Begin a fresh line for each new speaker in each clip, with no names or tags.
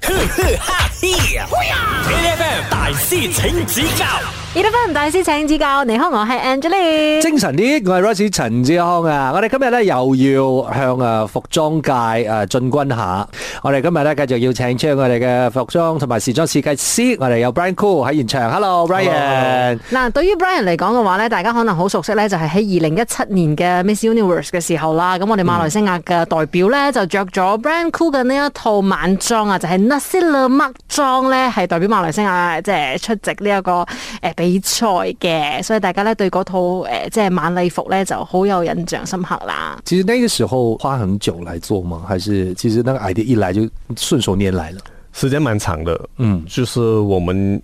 哈嘿呀！A.F.M. 大師請指教
二得分大師請指教，你好，我係 Angeline。
精神啲，我係 Royce 陳志康啊！我哋今日咧又要向誒服裝界誒進軍下，我哋今日咧繼續要請出我哋嘅服裝同埋時裝設計師，我哋有 Brian Cool 喺現場，Hello Brian。
嗱，對於 Brian 嚟講嘅話咧，大家可能好熟悉咧，就係喺二零一七年嘅 Miss Universe 嘅時候啦。咁我哋馬來西亞嘅代表咧就着咗 Brian Cool 嘅呢一套晚裝啊，就係 Nasi Lemak 裝咧，係代表馬來西亞即係出席呢一個誒比賽嘅，所以大家咧對嗰套誒即係晚禮服咧就好有印象深刻啦。
其實那個時候花很久來做嗎？還是其實那個 idea 一來就順手拈來了？
时间蛮长的，
嗯
就是我们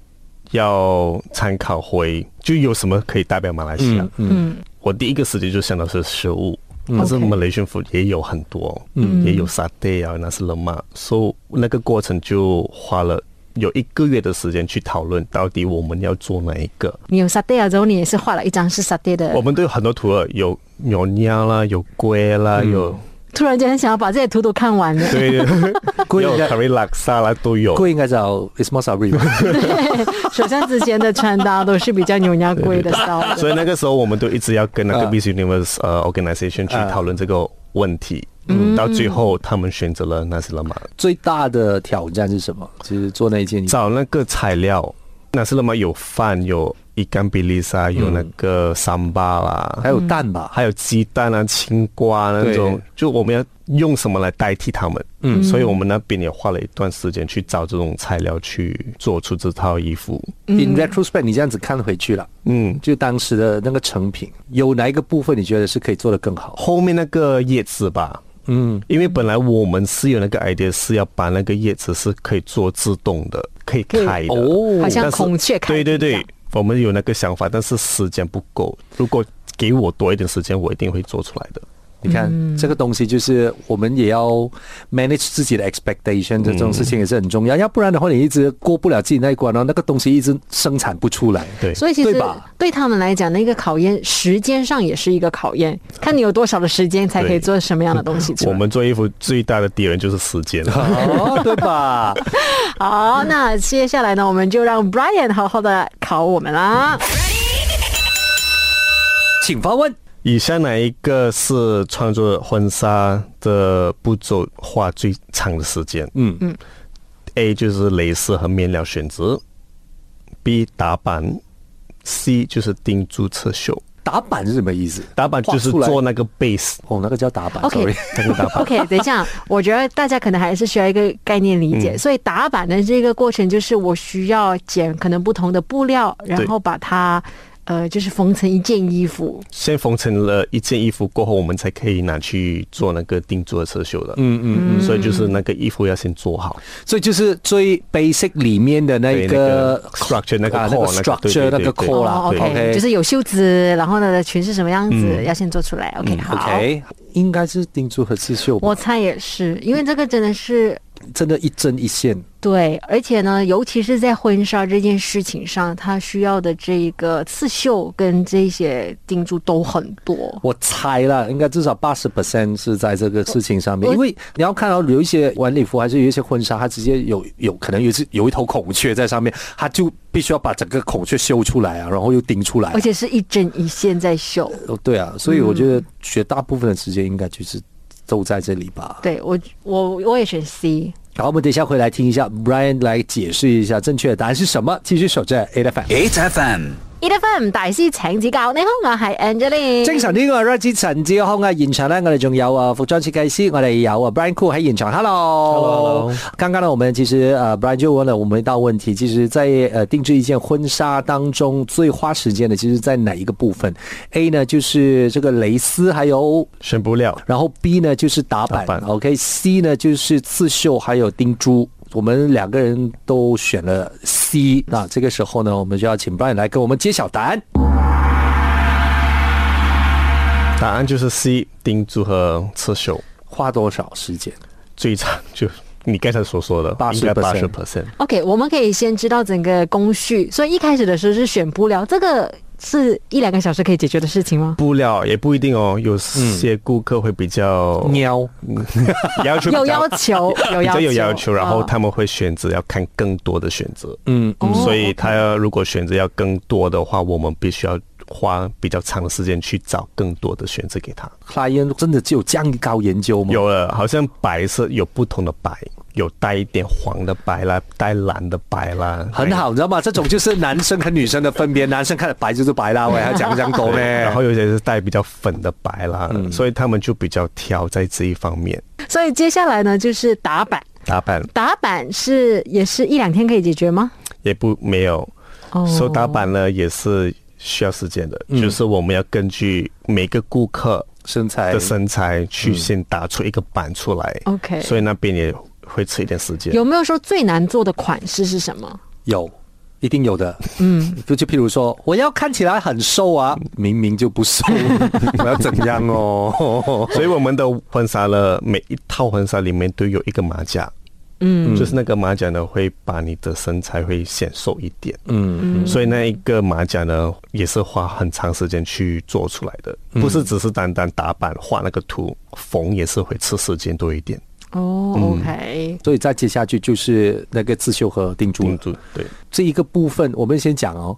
要参考回就有什么可以代表马来西亚。
嗯，
我第一个时间就想到是食物，但是
OK
Malaysian food 也有很多，嗯，也有沙爹啊，那是冷嘛，所、以那个过程就花了有一个月的时间去讨论到底我们要做哪一个。
你有 Saturday 啊，之后你也是畫了一張是 Saturday 的
我。们都有很多图了，有有鸭啦，有龟啦，有
突然間很想要把这些图都看完了。
对，
龟
有
应该
curry laksa 啦都有。
龟应該就 It's more sorry。
首相之间的穿搭都是比较扭腰龟的 style
所以那个时候我们都一直要跟那个
啊
Miss Universe 呃 organization 去
啊
讨论这个问题。嗯，到最后他们选择了纳斯勒玛，
最大的挑战是什么？其實做那一 件衣服
找那个材料。纳斯勒玛有饭，有伊甘比利沙，有那个桑巴啦，
还有蛋吧？
还有鸡蛋啊、青瓜啊那种
对，
就我们要用什么来代替他们？
嗯
嗯，所以我们那边也花了一段时间去找这种材料去做出这套衣服。
嗯
In retrospect，你这样子看回去了，
嗯，
就当时的那个成品，有哪一个部分你觉得是可以做得更好？
后面那个叶子吧，
嗯，
因为本来我们是有那个 idea 是要把那个叶子是可以做自动的，可以开的，
哦
好像
但是
孔雀开
对对
屏这样
对，我们有那个想法，但是时间不够。如果给我多一点时间，我一定会做出来的。
你看、这个东西，就是我们也要 manage 自己的 expectation，这种事情也是很重要，要不然的话，你一直过不了自己那一关，然后那个东西一直生产不出来。
对，
所以其
对
实
吧
对他们来讲，那个考验时间上也是一个考验，看你有多少的时间才可以
对
做什么样的东西出
我
来。
们做衣服最大的敌人就是时间了。
哦，对 吧？
好，那接下来呢，我们就让 Brian 好好的考我们啦。
请发问。
以下哪一个是创作婚纱的步骤花最长的时间？
嗯
嗯，A 就是蕾丝和面料选择，B 打版，C 就是定做刺绣。
打板是什么意思？
打板就是
画出来
做那个 base，
哦，那个叫打板
OK
，sorry。
OK，等一下，我觉得大家可能还是需要一个概念理解。所以打板的这个过程，就是我需要剪可能不同的布料，然
对
后把它呃，就是缝成一件衣服。
先缝成了一件衣服过后，我们才可以拿去做那个定做的刺绣的。
嗯嗯，
嗯，所以就是那个衣服要先做好，
所以就是最 basic 里面的那
对那
个
个 structure 那个
啊
core，那
那个
个对
structure
对
那
对
个
对
core 啦
哦、OK，
，OK，
就是有袖子，然后呢裙是什么样子，要先做出来。OK，、好。
嗯 OK，应该是钉珠和刺绣吧，
我猜也是，因为这个真的是
真的一针一线。
对，而且呢，尤其是在婚纱这件事情上，它需要的这一个刺绣跟这些钉珠都很多。
我猜啦，应该至少八十 percent 是在这个事情上面，
我
因为你要看到有一些晚礼服还是有一些婚纱，它直接有有可能有一只有一头孔雀在上面，它就必须要把整个孔雀修出来啊，然后又钉出来啊、
而且是一针一线在绣，
哦，对啊，所以我觉
嗯
得绝大部分的时间应该就是都在这里吧。
对我我我也选 C。
好，我们等一下回来听一下 Brian 来解释一下正确的答案是什么。继续守在 A F M。
，8FM。
E F M 大師請指教，你好，我係 Angeline。
精神呢個係 Roger 陳志康啊，現場咧我哋仲有啊服裝設計師，我哋有啊 Brian Cool 喺現場。Hello，,
Hello，hello
剛剛呢，我們其實呃 Brian 就問了我們一道問題，其實在呃定制一件婚紗當中最花時間的，其實在哪一個部分？A 呢就是這個蕾絲，還有
选布料。
然后 B 呢就是打板
打板
o k c 呢就是刺绣，还有钉珠。我们两个人都选了 C，那这个时候呢，我们就要请 Brian 来跟我们揭晓答案。
答案就是 C，钉珠和刺绣
花多少时间？
最长就你刚才所说的
80%
应该八十 percent。
OK，我们可以先知道整个工序，所以一开始的时候是选布料，这个是一两个小时可以解决的事情吗？
布料也不一定
嗯
哦，有些顾客会比 较、
喵，
要求比较
有要求，有
比
要
较
求，
有要求，然后
啊
他们会选择要看更多的选择，
嗯，
哦
所以他要如果选择要更多的话，我们必须要花比较长的时间去找更多的选择给他。
，client 真的只有这样高研究吗？
有了，好像白色有不同的白，有带一点黄的白啦，带蓝的白啦，
很好，你知道吗？这种就是男生和女生的分别，男生看白就是白啦，我还讲讲狗呢。
然后有些是带比较粉的白啦，
嗯
所以他们就比较挑在这一方面
所以接下来呢，就是打板。
打扮，
打板是也是一两天可以解决吗？
也不没有
哦
手打板呢也是需要时间的，就是我们要根据每个顾客
身材
的身材去先打出一个板出来。
嗯 OK
所以那边也会吃一点时间。
有没有说最难做的款式是什么？
有，一定有的。嗯，就就譬如说，我要看起来很瘦啊，明明就 不瘦，我要怎样哦？
所以我们的婚纱呢，每一套婚纱里面都有一个马甲，嗯，就是那个马甲呢，会把你的身材会显瘦一点，嗯，所以那一个马甲呢，也是花很长时间去做出来的，不是只是单单打版画那个图，缝也是会吃时间多一点，
哦、o
嗯
k
所以再接下去就是那个刺绣和定珠了
嗯，对对，
这一个部分，我们先讲哦，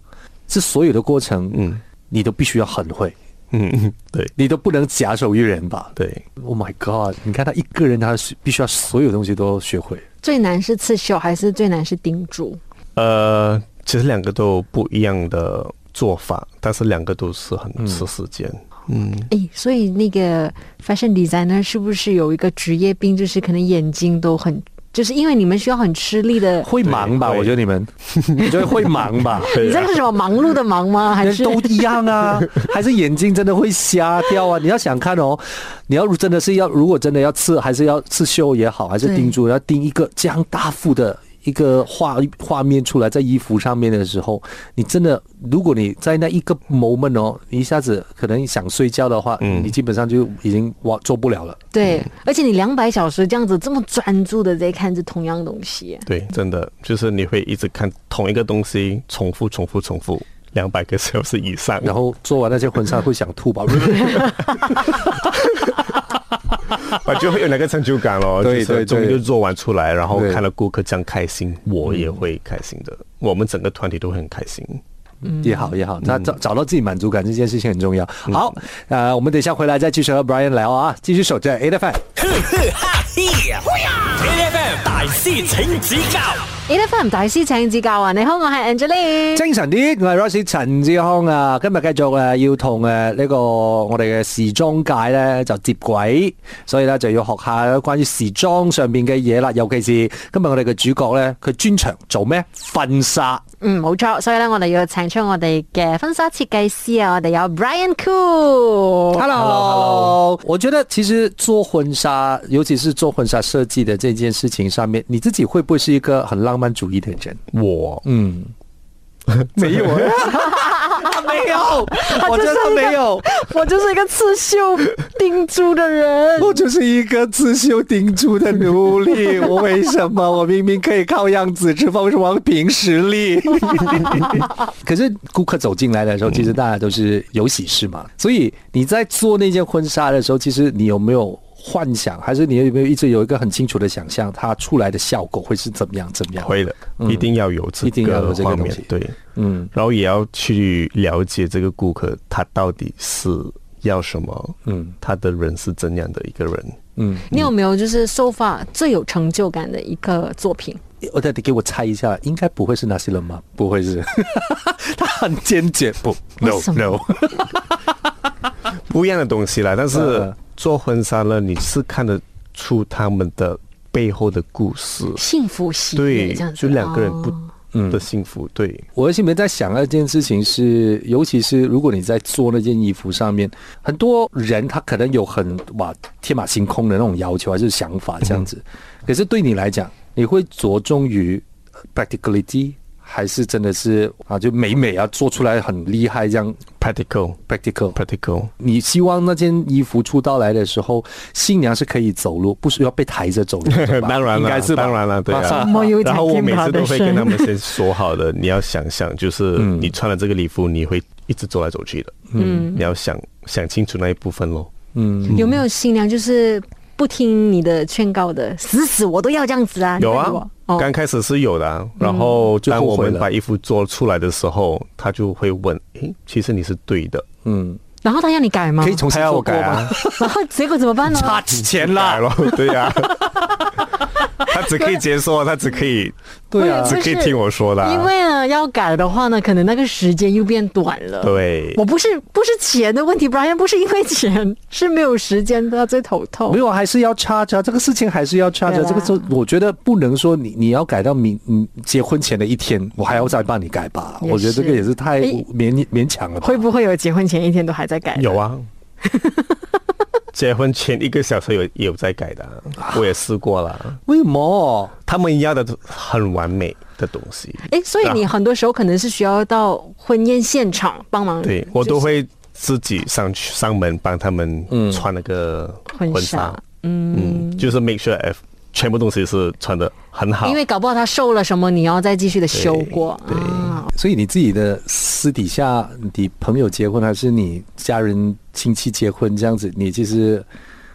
是所有的过程，嗯
嗯，
你都必须要很会，
嗯，对
你都不能假手于人吧？
对，
Oh my god！你看他一个人，他是必须要所有东西都学会。
最难是刺绣还是最难是钉珠？
呃，其实两个都有不一样的做法，但是两个都是很吃时间，嗯
诶，所以那个 fashion designer 是不是有一个职业病，就是可能眼睛都很，就是因为你们需要很吃力的。
啊
会忙吧？
对
我觉得你 们，你觉得会忙 吧？
对
你
啊
这是什么忙碌的忙吗？还
人
是
都一样啊，还是 眼睛真的会瞎掉啊？你要想看哦，你要如真的是要，如果真的要刺，还是要刺绣也好，还是钉珠，要钉一个这样大幅的一个画画面出来在衣服上面的时候，你真的，如果你在那一个 moment 哦，你一下子可能想睡觉的话，你基本上就已经哇做不了了。
对？而且你两百小时这样子这么专注的在看着同样东西，
对，真的就是你会一直看同一个东西，重复、重复、重复，两百个 小时以上。
然后做完那些婚纱会想吐吧？
我就会有那个成就感咯，
对
就是
对对
终于就做完出来，然后
对嗯
看到顾客这样开心，我也会开心的，我们整个团体都会很开心。
也好也好，他找找到自己满足感这件事情很重要。好，呃，我们等一下回来再继续和 Brian 聊啊，继续守在 A F M。
，AFM 大师请指教
，E F M 大師請指教啊！你好，我係 Angeline。
精神啲，我係 Rosie 陳志康啊，今日繼續诶要同诶呢個我哋嘅時裝界咧就接軌，所以咧就要學下關於時裝上边嘅嘢啦，尤其是今日我哋嘅主角咧，佢專長做咩？婚紗。
嗯，冇錯，所以咧，我哋要請出我哋嘅婚紗設計師啊，我哋有 Brian Cool。
啊
Hello，Hello，我觉得其实做婚纱，尤其是做婚纱设计的这件事情上面，你自己会不会是一个很浪漫主义的人？
我
嗯，没有啊，他没有，我真的没有，
我就是一個刺繡钉珠的人。
我就是一个刺绣钉珠的奴 隶。我为什么？我明明可以靠样子吃饭，为什么要凭实 力？可是顾客走进来的时候，其实大家都是有喜事嘛。所以你在做那件婚纱的时候，其实你有没有幻想，还是你有没有一直有一个很清楚的想象，它出来的效果会是怎么样？怎么样？
会的，一定要有这
嗯一定要有
个
这个
画
东
面
西，
对，
嗯，
然后也要去了解这个顾客他到底是要什么，嗯，他的人是怎样的一个人，
嗯，
你有没有就是 so far 最有成就感的一个作品？
我得给我猜一下，应该不会是那些人吗？不会是， 他很坚决，不
为
，no
什么
no。
不一样的东西啦。但是
嗯
做婚纱呢，你是看得出他们的背后的故事，
幸福喜悦
对
这样，子，
就两个人不
哦
的幸福，对，
我心里面在想那件事情是，尤其是如果你在做那件衣服上面，很多人他可能有很哇天马行空的那种要求还是
嗯
想法这样子，可是对你来讲，你会着重于 practicality 还是真的是啊，就美美啊，做出来很厉害这样
practical
practical。
practical。
你希望那件衣服出到来的时候，新娘是可以走路，不需要被抬着走 路的吧，
当然
应
了，
该是吧
当然了，对
马
啊
上。
没有
然后我
在听
每
他
次
的
都会跟嗯
声
他们先说好的，你要想想，就是你穿了这个礼服，你会一直走来走去的。嗯，你要想想清楚那一部分咯。
嗯，
有没有新娘就是不听你的劝告的，死死我都要这样子啊？
有
你问
啊
我，哦，嗯
刚开始是有的啊，然后
就
当
后
我
悔
们
了
把衣服做出来的时候，他就会问：“诶，其实你是对的，
嗯，
然后他要你改吗
可？以重
他
新
要
做
我
过
改啊，
吗？
然后结果怎么办呢？
差之前
改
啦，
咯，哎 对呀、他只可以接受，他只可 以
对啊
我，
只可以听我说的啊、
因为呢，要改的话呢，可能那个时间又变短了。。
对
我不是不是钱的问题，Brian 不是因为钱， 是没有时间，他最头痛
没。有，还是要插着这个事情，还是要插着
哦对啦
这个就我觉得不能说你你要改到明你结婚前的一天，我还要再帮你改吧。
也
我觉得这个
是哎
也是太
诶
勉勉强了吧。
会不会有结婚前一天都还在改？
有啊。结婚前一个小时有有在改的啊，我也试过了。
为什么？
他们要的很完美的东西，
哎，所
啊
以你很多时候可能是需要到婚宴现场帮忙。
对我都会自己上去上门帮他们穿那个
嗯婚
婚
纱
纱，嗯就是 make sure ev- 全部东西是穿的很好，
因为搞不好他受了什么，你要再继续的修过。
对
啊
所以你自己的私底下，你朋友结婚还是你家人亲戚结婚这样子，你其实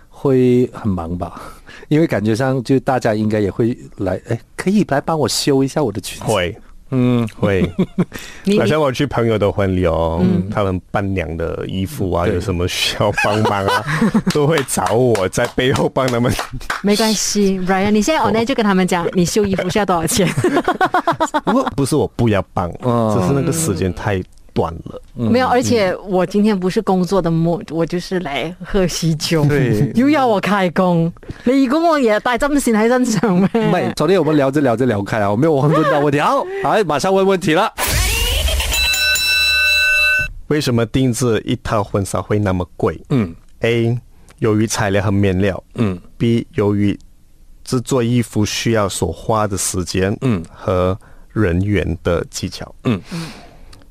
会很忙吧？ 因为感觉上就大家应该也会来，哎，可以来帮我修一下我的裙子。
会
嗯，
会。
你嗯
好
你
像我去朋友的婚礼哦，他们伴娘的衣服啊，
对
有什么需要帮忙 啊，都会找我在背后帮他们。
没关系，Brian，你现在 online 就跟他们讲，你修衣服是要多少钱？
不过不是我不要帮，
哦
只是那个时间太短了。
嗯
没有，而且我今天不是工作的 mood，我就是来喝喜酒。
对
又要我開工，你如果我也帶針線喺身上咩？
唔係，昨天我們聊着聊着聊開啊，我沒有問到問題，好，哎，馬上問問題了。
为什么定制一套婚纱会那么贵？
嗯
A. 由于材料和面料。
嗯
B. 由于制作衣服需要所花的时间，
嗯
和人员的技巧，
嗯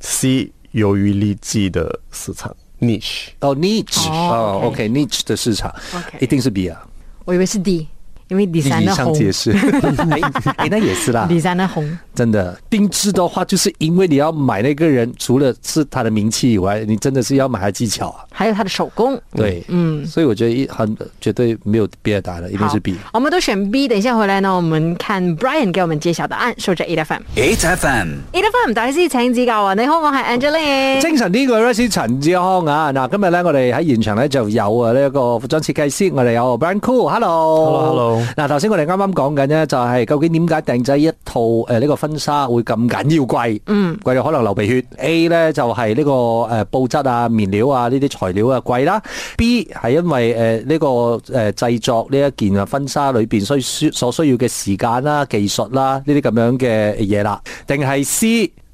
C. 由于利基的市场 niche，
哦，niche，
哦
哦
OK
，OK，niche 的市場
OK
一定是 B 啊，
我以為是 D，因為
以
design 得
上解
紅
釋。 哎哎，那也是啦。
，design 得紅。
真的，定制的话，就是因为你要买那个人，除了是他的名气以外，你真的是要买他技巧啊。
還有他的手工。
对，嗯，所以我觉得一很绝对没有别的答案了，一定
好
是啊 B。
我們都選 B。等一下回來呢，我們看 Brian 給我們揭曉答案。收着 e f m
，8FM。
e f m 大師請指教啊！你好，我係 Angeline。
精神呢個 r i s 陳志康啊，嗱，今日咧我哋喺現場咧就有啊呢一個服裝設計師，我哋有 Brian Cool，hello，hello，hello
Hello，hello
嗱，頭先我哋啱啱講緊呢，就係究竟點解訂製一套誒呢個婚紗會咁緊要貴？嗯，貴到可能流鼻血。A 咧就係呢個誒布質啊、面料啊呢啲材料啊貴啦。B 係因為誒呢個誒製作呢一件啊婚紗裏邊需所需要嘅時間啦、技術啦呢啲咁樣嘅嘢啦，定係 C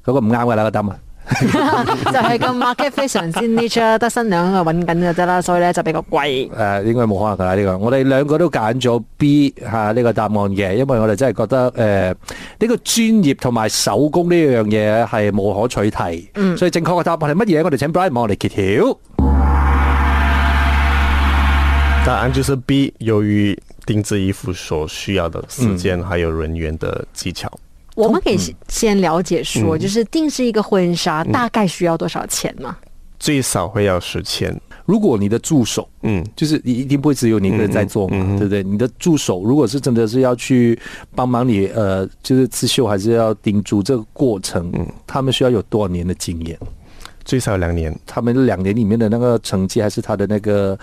嗰個唔啱㗎啦個答案。
就係個 market 非常之 niche，得新娘啊揾緊嘅啫啦，所以咧就比較貴。
誒、應該呃冇可能㗎啦呢個，我哋兩個都揀咗 B 嚇、呢、個答案嘅，因為我哋真係覺得誒呢、個專業同埋手工呢樣嘢係無可取替，所以正確嘅答案係乜嘢？我哋請 Brian 幫我哋揭曉。
答案就是 B。由于定制衣服所需要的时间
嗯
还有人员的技巧，
我们可以
嗯
先先了解说，就是定制一个婚纱大概需要多少钱嘛？
最少会要十千。
如果你的助手，
嗯，
就是你一定不会只有你一个人在做嘛，对不对？你的助手如果是真的是要去帮忙你，呃，就是刺绣还是要叮嘱这个过程，他们需要有多少年的经验？
最少两年。
他们两年里面的那个成绩还是他的那个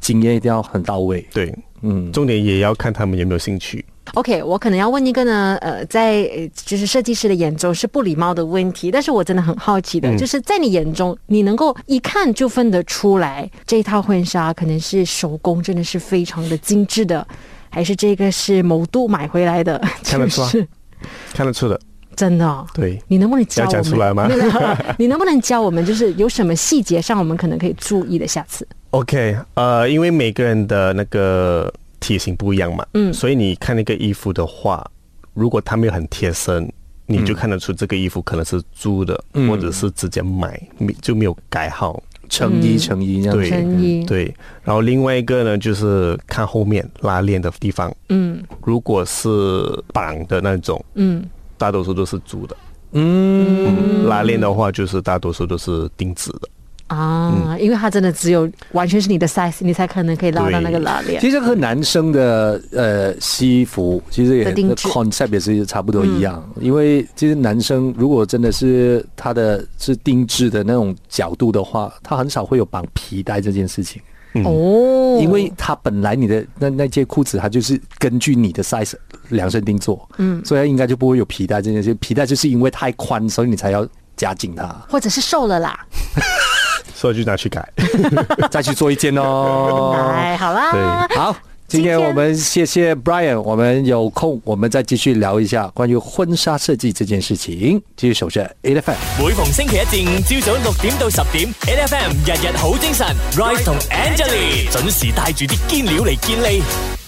经验一定要很到位。
对，
嗯
重点也要看他们有没有兴趣。
OK，我可能要问一个呢，呃，在呃就是设计师的眼中是不礼貌的问题，但是我真的很好奇
嗯
的，就是在你眼中，你能够一看就分得出来这套婚纱可能是手工真的是非常的精致的，还是这个是某度买回 来的？
看得出啊
就是
看得出的，
真的哦、
对，
你能不能教
要
我
讲
们？
出来吗
没有没有 你能不能教我们，就是有什么细节上我们可能可以注意的？下次
OK，呃，因为每个人的那个体型不一样嘛，
嗯
所以你看那个衣服的话，如果它没有很贴身，你就看得出这个衣服可能是租的，或者是直接买，没就没有改好。
成衣成衣这样子。
对
成衣
对，然后另外一个呢，就是看后面拉链的地方。嗯，如果是绑的那种，嗯，大多数都是租的。嗯，拉链的话就是大多数都是定制的。
啊，
嗯
因为它真的只有完全是你的 size，你才可能可以拉到那个拉链。
其实和男生的呃西服其实也
的定制
concept 也是差不多一样，因为其实男生如果真的是他的是定制的那种角度的话，他很少会有绑皮带这件事情，
哦，
嗯因为他本来你的那那件裤子它就是根据你的 size 量身定做，嗯，所以它应该就不会有皮带这件事。皮带就是因为太宽，所以你才要加紧 它，
或者是瘦了啦。
所以就拿去改。
再去做一件哦。
哎，好啦，
好，今天我们谢谢 Brian，我们有空我们再继续聊一下关于婚纱设计这件事情。继续守着 e l e p h a n
每逢星期一至五朝早六點到十點 a F M 日日好精神，Rise 同 Angelie 準時帶住啲堅料嚟健利。